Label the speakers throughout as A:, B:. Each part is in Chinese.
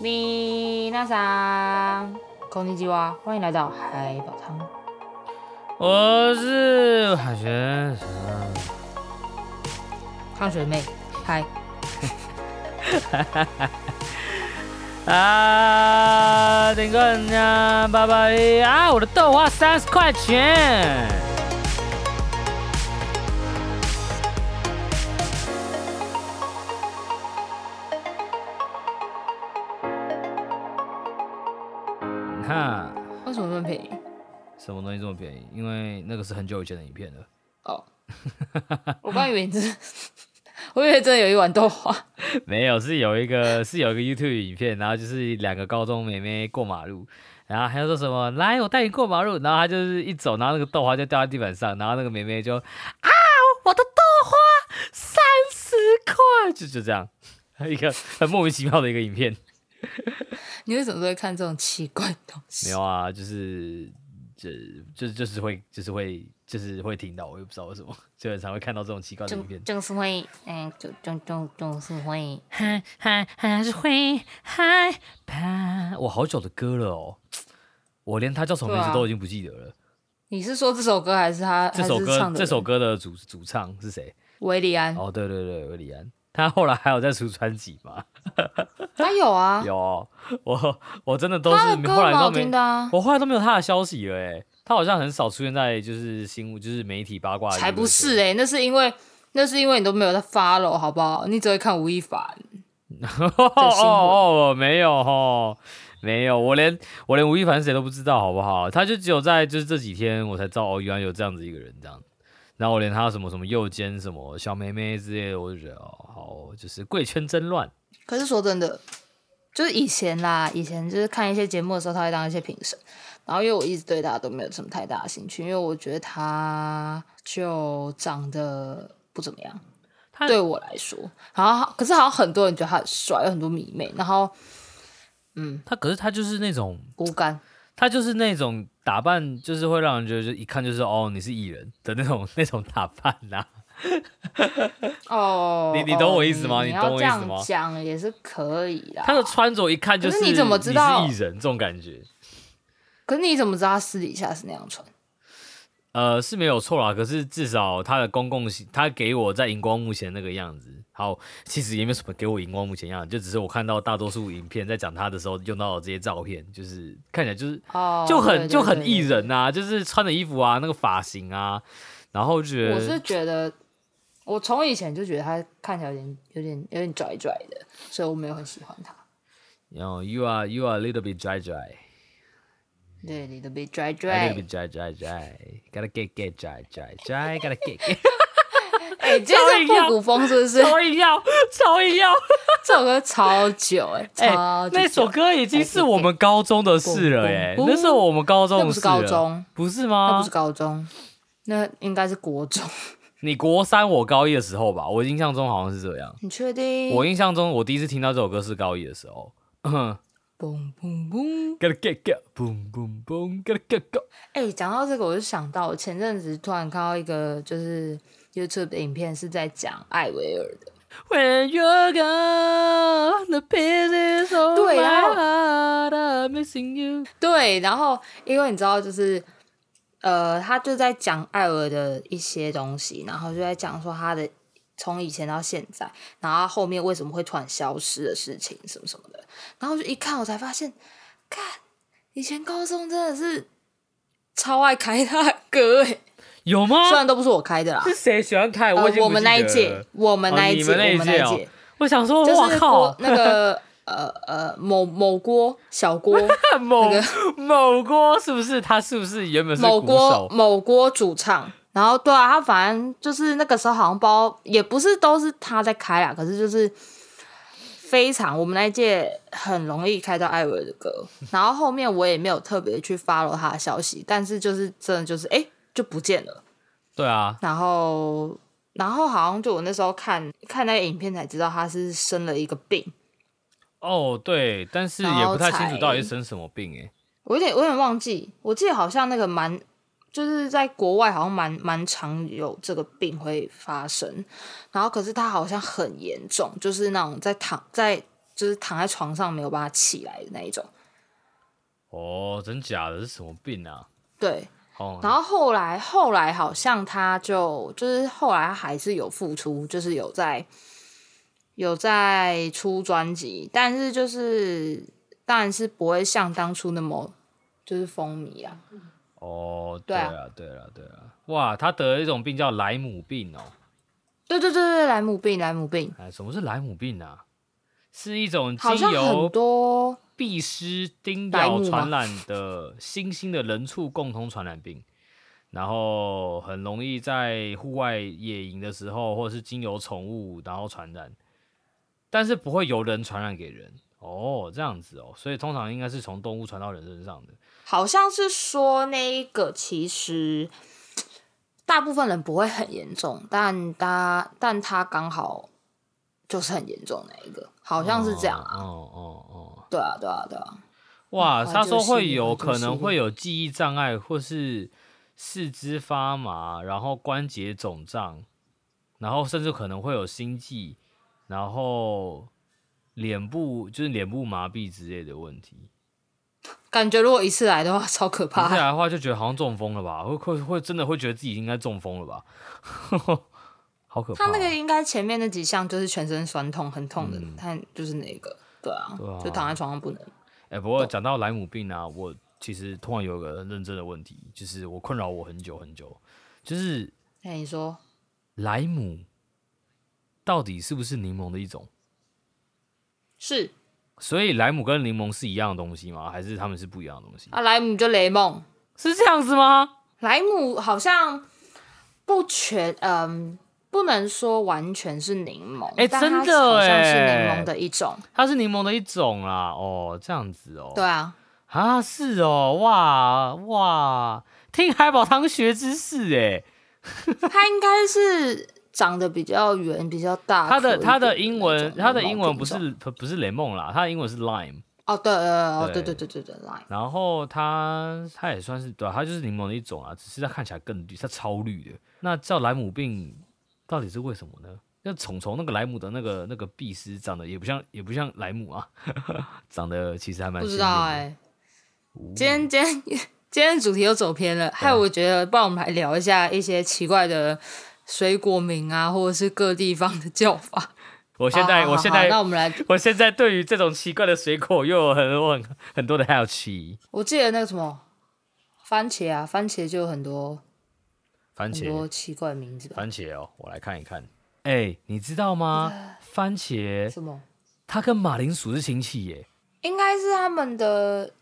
A: 米娜桑，空尼基哇，欢迎来到海宝汤。
B: 我是海学生，
A: 康水妹，嗨，
B: 啊，点个人家八八一啊，我的豆花三十块钱。啊你看
A: 为什么那么便宜？
B: 什么东西这么便宜？因为那个是很久以前的影片了。
A: 哦，我刚以为你真的， 我以为真的有一碗豆花。
B: 没有，是有一个是有一个 YouTube 影片，然后就是两个高中妹妹过马路，然后还要说什么“来，我带你过马路”，然后她就是一走，然后那个豆花就掉在地板上，然后那个妹妹就啊，我的豆花三十块，就就这样， 一个很莫名其妙的一个影片。
A: 你为什么都会看这种奇怪的东
B: 没
A: 西？
B: 有啊，就是就就就是会就是会就是会听到，我也不知道为什么，就很常会看到这种奇怪的影片。
A: 就是会，嗯，就就就就是会，
B: 还还还是会害怕。我好久的歌了哦，我连他叫什么名
A: 对
B: 字
A: 啊
B: 都已经不记得了。
A: 你是说这首歌还是他？
B: 这首
A: 还是
B: 歌
A: 唱的
B: 这
A: 人
B: 首歌的主主唱是谁？
A: 维里安，
B: 哦，对对对，韦礼安。他后来还有在出专辑吗？
A: 他有啊，
B: 有哦，我我真的都
A: 他
B: 是
A: 的
B: 没
A: 歌
B: 后来
A: 蛮好
B: 都
A: 听
B: 没，
A: 的啊。
B: 我后来都没有他的消息了哎。他好像很少出现在就是新闻就是媒体八卦。
A: 才不是！哎、那是因为那是因为你都没有在 follow 好不好？你只会看吴亦凡，
B: 哦
A: 新闻
B: 哦哦，没有哦，没有，我连我连吴亦凡是谁都不知道，好不好？他就只有在就是这几天我才知道哦，原来有这样子一个人这样。然后我连他什么什么右肩什么小妹妹之类的，我就觉得哦，好，就是贵圈真乱。
A: 可是说真的，就是以前啦，以前就是看一些节目的时候，他会当一些评审。然后因为我一直对他都没有什么太大的兴趣，因为我觉得他就长得不怎么样，
B: 他
A: 对我来说。然后可是好像很多人觉得他很帅，有很多迷妹，然后
B: 他可是他就是那种，
A: 骨感。
B: 他就是那种打扮，就是会让人觉得就一看就是哦，你是艺人的那种那种打扮啊呐、
A: 哦，
B: 你你懂我意思吗
A: 哦你
B: 你
A: 要
B: 懂我
A: 这
B: 意思
A: 样
B: 吗
A: 讲也是可以啦。
B: 他的穿着一看就
A: 可是你怎么知道
B: 你是艺人这种感觉？
A: 可是你怎么知道他私底下是那样穿？
B: 呃，是没有错啦，可是至少他的公共性，他给我在荧光幕前那个样子，好，其实也没有什么给我荧光幕前样子，就只是我看到大多数影片在讲他的时候用到的这些照片，就是看起来就是
A: 哦，
B: 就很、
A: 对
B: 就
A: 对
B: 很艺
A: 对
B: 人呐、啊，就是穿的衣服啊，那个发型啊，然后就觉
A: 我
B: 得
A: 是觉得，我从以前就觉得他看起来有点、有点、有点拽拽的，所以我没有很喜欢他。
B: 然后 you are you are a little bit dry dry，
A: 对，你都被拽
B: a
A: 拽
B: little，bit dry dry dry，gotta get get dry dry dry，gotta get get，
A: 哎，这是复古风是不是？
B: 超硬要超硬要。
A: 这首歌超久哎，
B: 哎、
A: 超级久
B: 那首歌已经是我们高中的事了哎、
A: 蹦蹦
B: 那是我们高中
A: 那
B: 的
A: 不是
B: 事
A: 高
B: 了，
A: 中，
B: 不是
A: 那
B: 吗？
A: 不是高中，那应该是国中。
B: 你国三我高一的时候吧，我印象中好像是这样。
A: 你确定？
B: 我印象中我第一次听到这首歌是高一的时候。
A: 嘣嘣嘣！
B: Gotta get get boom boom boom，gotta get go。
A: 哎，讲到这个，我就想到我前阵子突然看到一个就是 YouTube 的影片，是在讲艾薇儿的。
B: When you're gone, the pieces of
A: 对
B: my
A: 然后
B: heart are missing you。
A: 对，然后因为你知道，就是呃，他就在讲艾尔的一些东西，然后就在讲说他的从以前到现在，然后他后面为什么会突然消失的事情什么什么的，然后就一看我才发现，看以前高中真的是超爱开他的歌 诶，
B: 有
A: 虽
B: 吗？
A: 然都不是我开的啦，
B: 啊是谁喜欢看？
A: 呃
B: 我已经、
A: 我们那一届，，我们
B: 哦
A: 那一
B: 你
A: 届，
B: 们那
A: 我
B: 一
A: 们那一
B: 届哦
A: 届，
B: 我想说，
A: 就
B: 哇
A: 是
B: 靠
A: 郭，那个呃呃某某锅小 锅。
B: 某某锅是不是他？是不是原本是
A: 某
B: 鼓
A: 锅
B: 手？
A: 某锅主唱，然后对啊，他反正就是那个时候好像包也不是都是他在开啊啦，可是就是非常我们那一届很容易开到艾薇儿的歌，然后后面我也没有特别去 follow 他的消息，但是就是真的就是哎、就不见了，
B: 对啊，
A: 然后然后好像就我那时候看看那个影片才知道他是生了一个病，
B: 哦对，但是
A: 然后
B: 也不太清
A: 才
B: 楚到底是生什么病哎、
A: 我有点我有点忘记，我记得好像那个蛮，就是在国外好像蛮蛮常有这个病会发生，然后可是它好像很严重，就是那种在躺在就是躺在床上没有办法起来的那一种。
B: 哦，真假的？是什么病啊？
A: 对，
B: 哦，
A: 然后后来后来好像他就就是后来他还是有付出，就是有在有在出专辑，但是就是当然是不会像当初那么就是风靡啊啦。
B: 哦，
A: 对
B: 对
A: 啊
B: 啊，对啊，对啊，哇，他得了一种病叫莱姆病哦。
A: 对对对对，莱姆病莱姆病
B: 哎，什么是莱姆病啊？是一种
A: 好
B: 经
A: 像很
B: 由
A: 多
B: 蜱虱叮
A: 莱姆
B: 咬
A: 吗
B: 传染的新兴的人畜共同传染病，然后很容易在户外野营的时候，或者是经由宠物然后传染，但是不会由人传染给人。哦，这样子哦，所以通常应该是从动物传到人身上的。
A: 好像是说那一个其实大部分人不会很严重，但他但他刚好就是很严重那一个，好像是这样啊。
B: 哦哦哦哦，
A: 对啊，对啊，对啊，
B: 哇，
A: 怀
B: 他
A: 旧
B: 说
A: 系
B: 会
A: 列
B: 有
A: 怀旧
B: 可能
A: 系
B: 会
A: 列
B: 有记忆障碍，或是四肢发麻，然后关节肿胀，然后甚至可能会有心悸，然后脸部就是脸部麻痹之类的问 题。
A: 感觉如果一次来的话，超可
B: 接
A: 怕
B: 下
A: 的。
B: 来的话就觉得好像中风了吧，会会会真的会觉得自己应该中风了吧， 好可怕
A: 他
B: 哦、
A: 那个应该前面那几项就是全身酸痛，很痛的
B: 嗯，
A: 但就是那个，对啊
B: 对啊，
A: 就躺在床上不能。
B: 哎、不过
A: 懂
B: 讲到莱姆病啊，我其实突然有一个很认真的问题，就是我困扰我很久很久，就是
A: 哎，你说
B: 莱姆到底是不是柠檬的一种？
A: 是
B: 所以莱姆跟柠檬是一样的东西吗？还是他们是不一样的东西？
A: 啊？莱姆就雷梦，
B: 是这样子吗？
A: 莱姆好像不全，嗯，不能说完全是柠檬，
B: 哎
A: 但
B: 真
A: 它
B: 的
A: 好像是
B: 哎
A: 柠檬的一种，
B: 它是柠檬的一种啦。哦，这样子哦。
A: 对 啊，
B: 啊，是哦，哇哇，听海宝堂学知识哎。
A: 它应该是长得比较圆、比较大
B: 它
A: 颗一点那
B: 的
A: 种。
B: 它的英文它的
A: 柠檬
B: 英文
A: 品
B: 不是
A: 种
B: 不是雷梦啦，它的英文是 lime。
A: 哦，对对哦，对
B: 对
A: 对对对对，lime，
B: 然后它它也算是对啊、它就是柠檬的一种啊，只是它看起来更绿，它超绿的。那叫莱姆病到底是为什么呢？那虫虫那个莱姆的那个那个壁虱长得也不像也不像莱姆啊， 长得其实还蛮
A: 不知
B: 鲜
A: 道
B: 艳的哦
A: 哎。今天今天今天主题又走偏了，
B: 啊
A: 害我觉得，不然我们来聊一下一些奇怪的水果名啊，或者是各地方的叫法。
B: 我现在
A: 好好
B: 我
A: 好
B: 现
A: 哦好
B: 在
A: 那我们来
B: 我现在对于这种奇怪的水果又有很多很很多的好奇。
A: 我记得那个什么番茄啊，番茄就有很多
B: 番
A: 很
B: 茄
A: 多奇怪的名字吧？
B: 番茄哦，我来看一看。哎，你知道吗？ 番茄
A: 什么？
B: 它跟马铃薯是亲戚耶。
A: 应该是他们的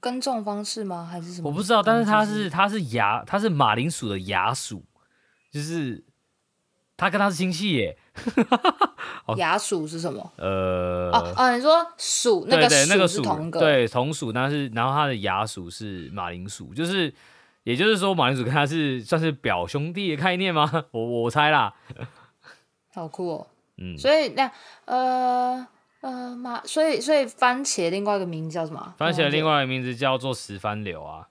A: 耕种方式吗？还是什么？
B: 我不知道，但是它
A: 嗯就是
B: 它是牙，它是马铃薯的牙属，就是它跟它是亲戚耶。
A: 芽薯是什么？
B: 哦呃，
A: 哦哦，你说薯那
B: 对
A: 个
B: 对，那个
A: 是同一个，
B: 对同属，但是然后它的牙属是马铃薯，就是也就是说马铃薯跟它是算是表兄弟的概念吗？ 我我猜啦，
A: 好酷哦。
B: 嗯，
A: 所以那呃呃马，所以所以番茄另外一个名字叫什么啊？
B: 番茄的另
A: 外
B: 外一个名字叫做石番榴啊，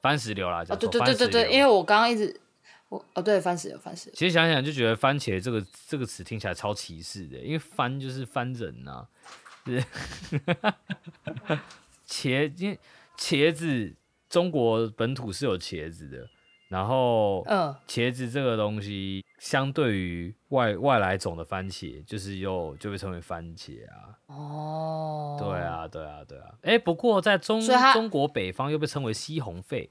B: 番石榴啦，叫
A: 哦，对对
B: 做番
A: 对
B: 石
A: 对对，因
B: 榴。
A: 为我刚刚一直我哦对番石榴番石榴，
B: 其实想想就觉得“番茄”这个这个词听起来超歧视的，因为“番”就是番人呐、是 茄，因为茄子中国本土是有茄子的，然后
A: 嗯
B: 茄子这个东西相对于外外来种的番茄，就是又就被称为番茄啊，
A: 哦，
B: 对，啊，对啊，对啊。哎，不过在中
A: 所以它
B: 中国北方又被称为西红柿，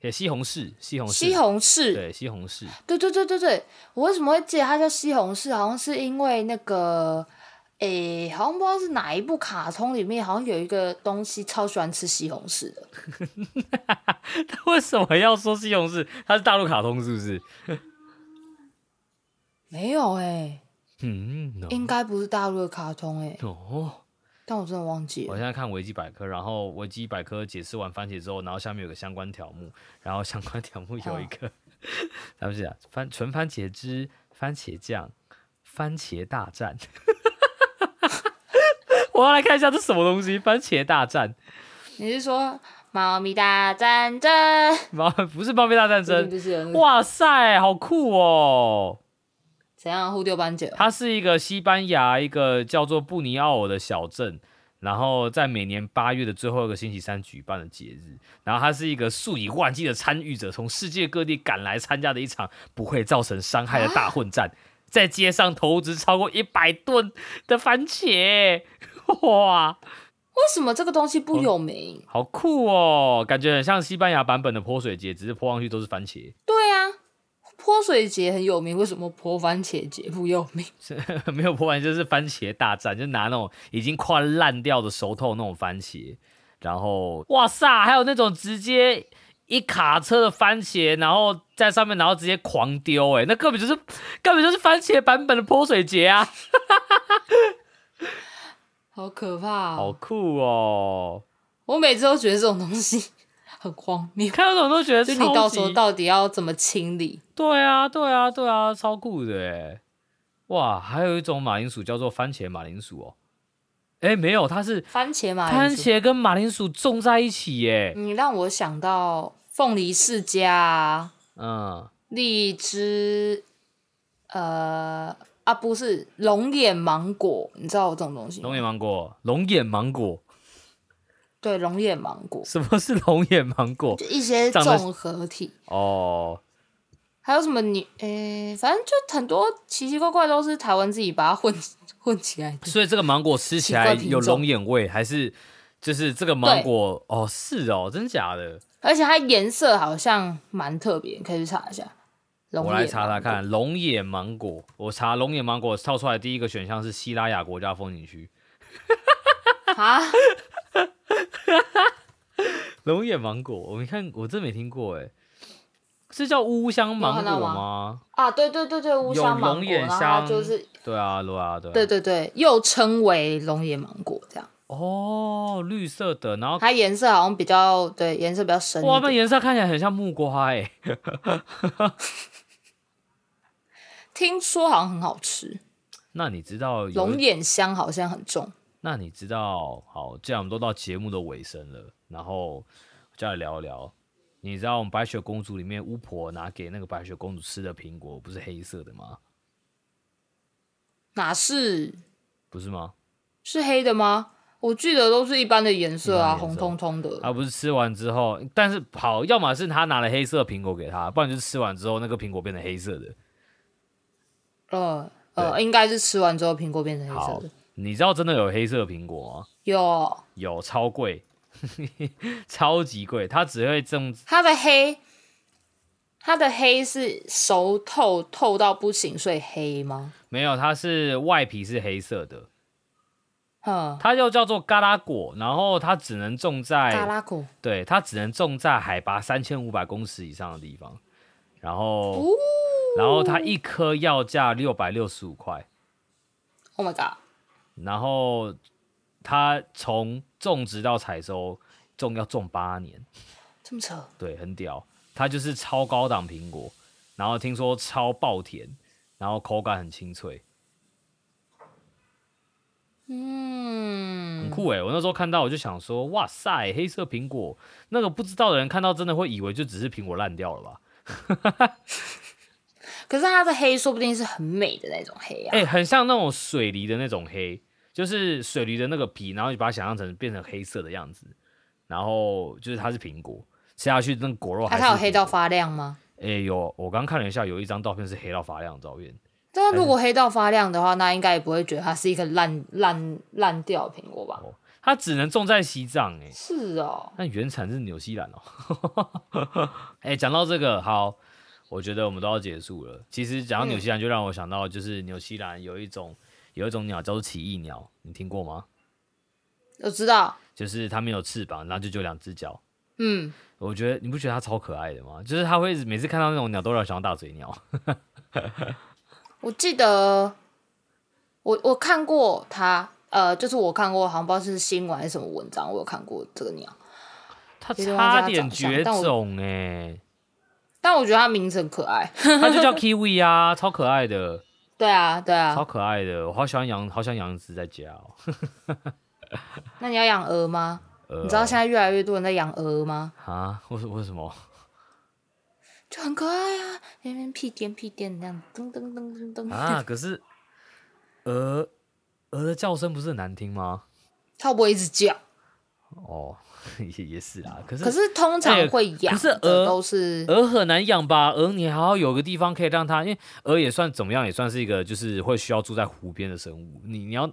B: 也西红柿，西红柿，
A: 西红柿，
B: 对西红柿。
A: 对对对对对，我为什么会记得它叫西红柿？好像是因为那个，诶、好像不知道是哪一部卡通里面，好像有一个东西超喜欢吃西红柿的。
B: 为什么要说西红柿？它是大陆卡通是不是？
A: 没有诶、
B: 嗯，
A: 应该不是大陆的卡通诶、
B: 哦。
A: 但我真的忘记
B: 我
A: 了。
B: 现在看维基百科，然后维基百科解释完番茄之后，然后下面有个相关条目，然后相关条目有一 个，他们讲啊番纯番茄汁、番茄酱、番茄大战。 我要来看一下这什么东西，番茄大战，
A: 你是说《猫咪大战争》？
B: 妈不是暴力大战
A: 最近
B: 争，
A: 不是有那个
B: 哇塞，好酷哦！
A: 怎样互丢斑鸠？
B: 它是一个西班牙一个叫做布尼奥尔的小镇，然后在每年八月的最后一个星期三举办的节日。然后它是一个数以万计的参与者从世界各地赶来参加的一场不会造成伤害的大混战，在街上投掷超过一百吨的番茄，哇！
A: 为什么这个东西不有名？
B: 好酷哦，感觉很像西班牙版本的泼水节，只是泼上去都是番茄，
A: 对啊，泼水节很有名，为什么泼番茄节不有名？
B: 没有泼完就是番茄大战，就拿那种已经快烂掉的熟透那种番茄，然后哇塞，还有那种直接一卡车的番茄，然后在上面，然后直接狂丢，哎，那根本就是根本就是番茄版本的泼水节啊，
A: 好可怕、
B: 好
A: 哦！
B: 酷哦！
A: 我每次都觉得这种东西 很荒谬，
B: 看到这种都觉得
A: 就
B: 超
A: 你到时候
B: 级
A: 到底要怎么清理？
B: 对啊，对啊，对啊，超酷的哎！哇，还有一种马铃薯叫做番茄马铃薯哦。哎，没有，它是
A: 番茄嘛，
B: 番茄跟马铃薯种在一起耶。
A: 你让我想到凤梨世家啊、
B: 嗯，
A: 荔枝，呃啊不是龙眼芒果，你知道有这种东西吗？
B: 龙眼芒果，龙眼芒果，
A: 对，龙眼芒果
B: 什么是龙眼芒果？
A: 就一些
B: 长得
A: 综合体，
B: 哦，
A: 还有什么你诶、反正就很多奇奇怪怪都是台湾自己把它混混起来的。
B: 所以这个芒果吃起
A: 奇
B: 来
A: 怪品
B: 有
A: 种
B: 龙眼味，还是就是这个芒
A: 对
B: 果？哦，是哦，真假的？
A: 而且它颜色好像蛮特别，你可以去查一下。龙
B: 我
A: 眼
B: 来查查
A: 芒果。
B: 看，龙眼芒果，我查龙眼芒果跳出来第一个选项是西拉雅国家风景区，
A: 啊，
B: 龙眼芒果，我没看，我真没听过哎，是叫乌香芒
A: 有看到
B: 果
A: 吗
B: 吗？
A: 啊，对对对对，乌
B: 有
A: 香芒
B: 龙
A: 果，
B: 眼
A: 然后它
B: 香
A: 就是
B: 对啊，对啊，对啊，
A: 对对对，又称为龙眼芒果这样，
B: 哦，绿色的，然后
A: 它颜色好像比较对，颜色比较深
B: 哇，
A: 一
B: 那
A: 点。
B: 颜色看起来很像木瓜哎，
A: 听说好像很好吃，
B: 那你知道有
A: 龙眼香好像很重。
B: 那你知道，好，既然我们都到节目的尾声了，然后就来聊一聊。你知道我们白雪公主里面巫婆拿给那个白雪公主吃的苹果不是黑色的吗？
A: 哪是
B: 不是吗？
A: 是黑的吗？我记得都是一般的颜色啊，
B: 一般的颜
A: 红
B: 色
A: 彤彤的。
B: 她不是吃完之后，但是好，要么是她拿了黑色苹果给她，不然就是吃完之后那个苹果变成黑色的。
A: 呃呃，应该是吃完之后苹果变成黑色
B: 好
A: 的。，
B: 你知道真的有黑色苹果吗？
A: 有
B: 有，超贵， 超级贵，它只会种
A: 它的黑，它的黑是熟透透到不行，所以黑吗？
B: 没有，它是外皮是黑色的，
A: 哼，
B: 它又叫做嘎啦果，然后它只能种在
A: 嘎拉果
B: 对，它只能种在海拔三千五百公尺以上的地方。然后，然后它一颗要价六百六十五块，
A: ，Oh my god！
B: 然后它从种植到采收，种要种八年，
A: 这么扯，
B: 对，很屌。它就是超高档苹果，然后听说超爆甜，然后口感很清脆，
A: 嗯，
B: 很酷诶、我那时候看到我就想说，哇塞，黑色苹果，那个不知道的人看到真的会以为就只是苹果烂掉了吧？
A: 可是它的黑说不定是很美的那种黑啊。
B: 哎、很像那种水梨的那种黑，就是水梨的那个皮，然后你把它想象成变成黑色的样子，然后就是它是苹果，吃下去那个果肉
A: 那、
B: 还是、
A: 啊它有黑到。发亮吗？
B: 哎、有，我刚看了一下，有一张照片是黑到发亮的照片。
A: 但如果黑到发亮的话，那应该也不会觉得它是一个烂烂烂掉的苹果吧？
B: 它只能种在西藏哎、
A: 是哦，
B: 那原产是纽西兰哦。 哎、讲到这个，好，我觉得我们都要结束了。其实讲到
A: 嗯
B: 纽西兰，就让我想到就是纽西兰有一种有一种鸟叫做奇异鸟，你听过吗？
A: 我知道，
B: 就是它没有翅膀，然后就只有两只脚。
A: 嗯，
B: 我觉得你不觉得它超可爱的吗？就是它会每次看到那种鸟都让我想到大嘴鸟。
A: 我记得我我看过它，呃，就是我看过，好像不知道是新闻还是什么文章，我有看过这个鸟，
B: 它
A: 有点忘记它
B: 差点
A: 长相
B: 绝
A: 但我
B: 种哎、
A: 但我觉得它名字很可爱。
B: 它就叫 kiwi 啊，超可爱的，
A: 对啊，对
B: 超
A: 啊，
B: 可爱的，我好喜欢养，好想养一只在家哦。
A: 那你要养鹅吗？
B: 呃
A: 你知道现在越来越多人在养鹅吗？
B: 啊？为什为什么？
A: 就很可爱啊，那边屁颠屁颠的这样，噔噔噔噔噔。
B: 啊，可是鹅鹅的叫声不是很难听吗？
A: 它不会一直叫，
B: 哦， 也也是啦。可是
A: 可是通常
B: 哎
A: 会养
B: 可是呃
A: 的
B: 鹅
A: 都是
B: 鹅很难养吧？鹅你还要有个地方可以让它，因为鹅也算怎么样，也算是一个就是会需要住在湖边的生物。你你要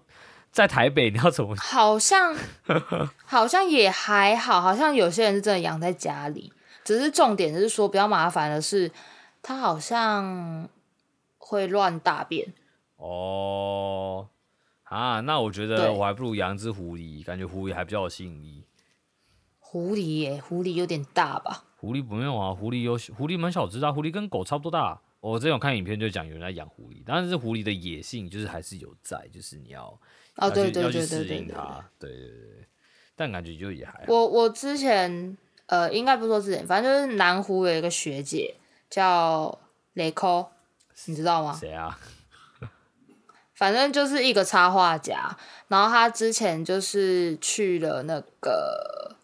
B: 在台北，你要怎么？
A: 好 像好像也还好，好像有些人是真的养在家里，只是重点就是说比较麻烦的是，它好像会乱大便。
B: 哦，啊，那我觉
A: 对
B: 得我还不如养一只狐狸，感觉狐狸还比较有吸引力。
A: 狐狸耶，狐狸有点大吧？
B: 狐狸不用啊，狐狸有狐狸蛮小只的啊、狐狸跟狗差不多大。啊我之前有看影片就讲有人在养狐狸，但是狐狸的野性就是还是有在，就是你要
A: 哦，
B: 要去
A: 对对
B: 要去
A: 对对
B: 适
A: 对
B: 应
A: 对。
B: 它，对对对对。但感觉就也还好。
A: 我我之前呃，应该不是说之前，反正就是南湖有一个学姐叫雷扣，你知道吗？
B: 谁啊？
A: 反正就是一个插画家，然后他之前就是去了那个，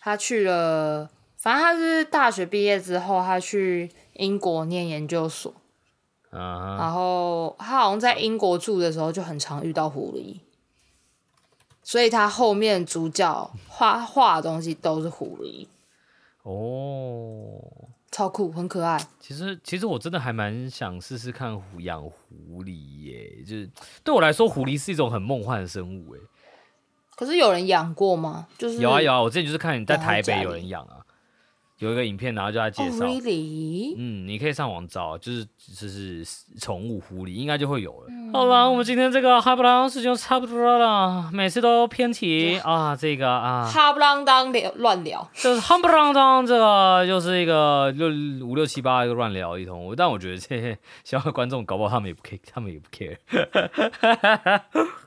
A: 他去了，反正他是大学毕业之后，他去英国念研究所，
B: 嗯哼，
A: 然后他好像在英国住的时候就很常遇到狐狸，所以他后面主角画画的东西都是狐狸，
B: 哦。
A: 超酷，很可爱。
B: 其实，其实我真的还蛮想试试看狐养狐狸耶，就是对我来说，狐狸是一种很梦幻的生物哎。
A: 可是有人养过吗？就是哦
B: 有啊有啊，我之前就是看你在
A: 养在
B: 台
A: 家
B: 北有
A: 里
B: 人养啊，有一个影片，然后就在
A: 哦、
B: 介绍
A: r，e a l l y
B: 嗯，你可以上网找，就是就是宠物狐狸，应该就会有了。
A: 嗯
B: 好啦，我们今天这个哈不拉事情就差不多了，每次都偏题啊，这个啊，
A: 哈不啷当聊乱聊。
B: 就是夯不啷当，这个就是一个六五六七八一个乱聊一通。但我觉得这些小观众搞不好他们也不 care，他们也不 care。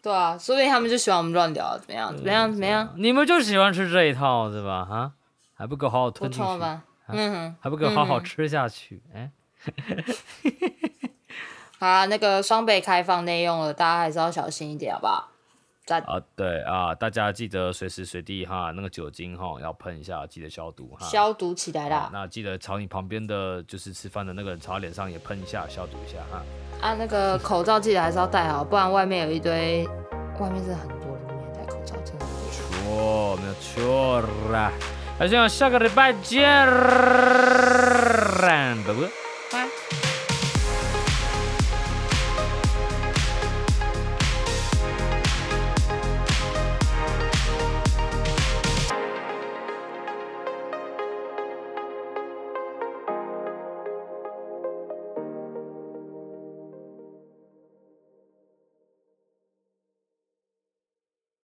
A: 对啊，说不定他们就喜欢我们乱聊，怎么
B: 嗯
A: 样？怎么样？怎么样？
B: 你们就喜欢吃这一套是吧？啊，还不给我好好
A: 不
B: 吞进
A: 错了
B: 去，啊
A: 吧？嗯
B: 还不给我好好吃下去？哎、
A: 哼，好啊，那个双倍开放内用了，大家还是要小心一点，好不好？赞，
B: 啊，对啊，大家记得随时随地哈，那个酒精哈要喷一下，记得消毒哈。
A: 消毒起来
B: 啊
A: 啦！
B: 那记得朝你旁边的就是吃饭的那个人朝他脸上也喷一下，消毒一下哈。
A: 啊，那个口罩记得还是要戴好，不然外面有一堆，外面真的很多人没有戴口罩，真的很危险。
B: 错，哦没有错啦。那这样下个礼拜见，拜拜。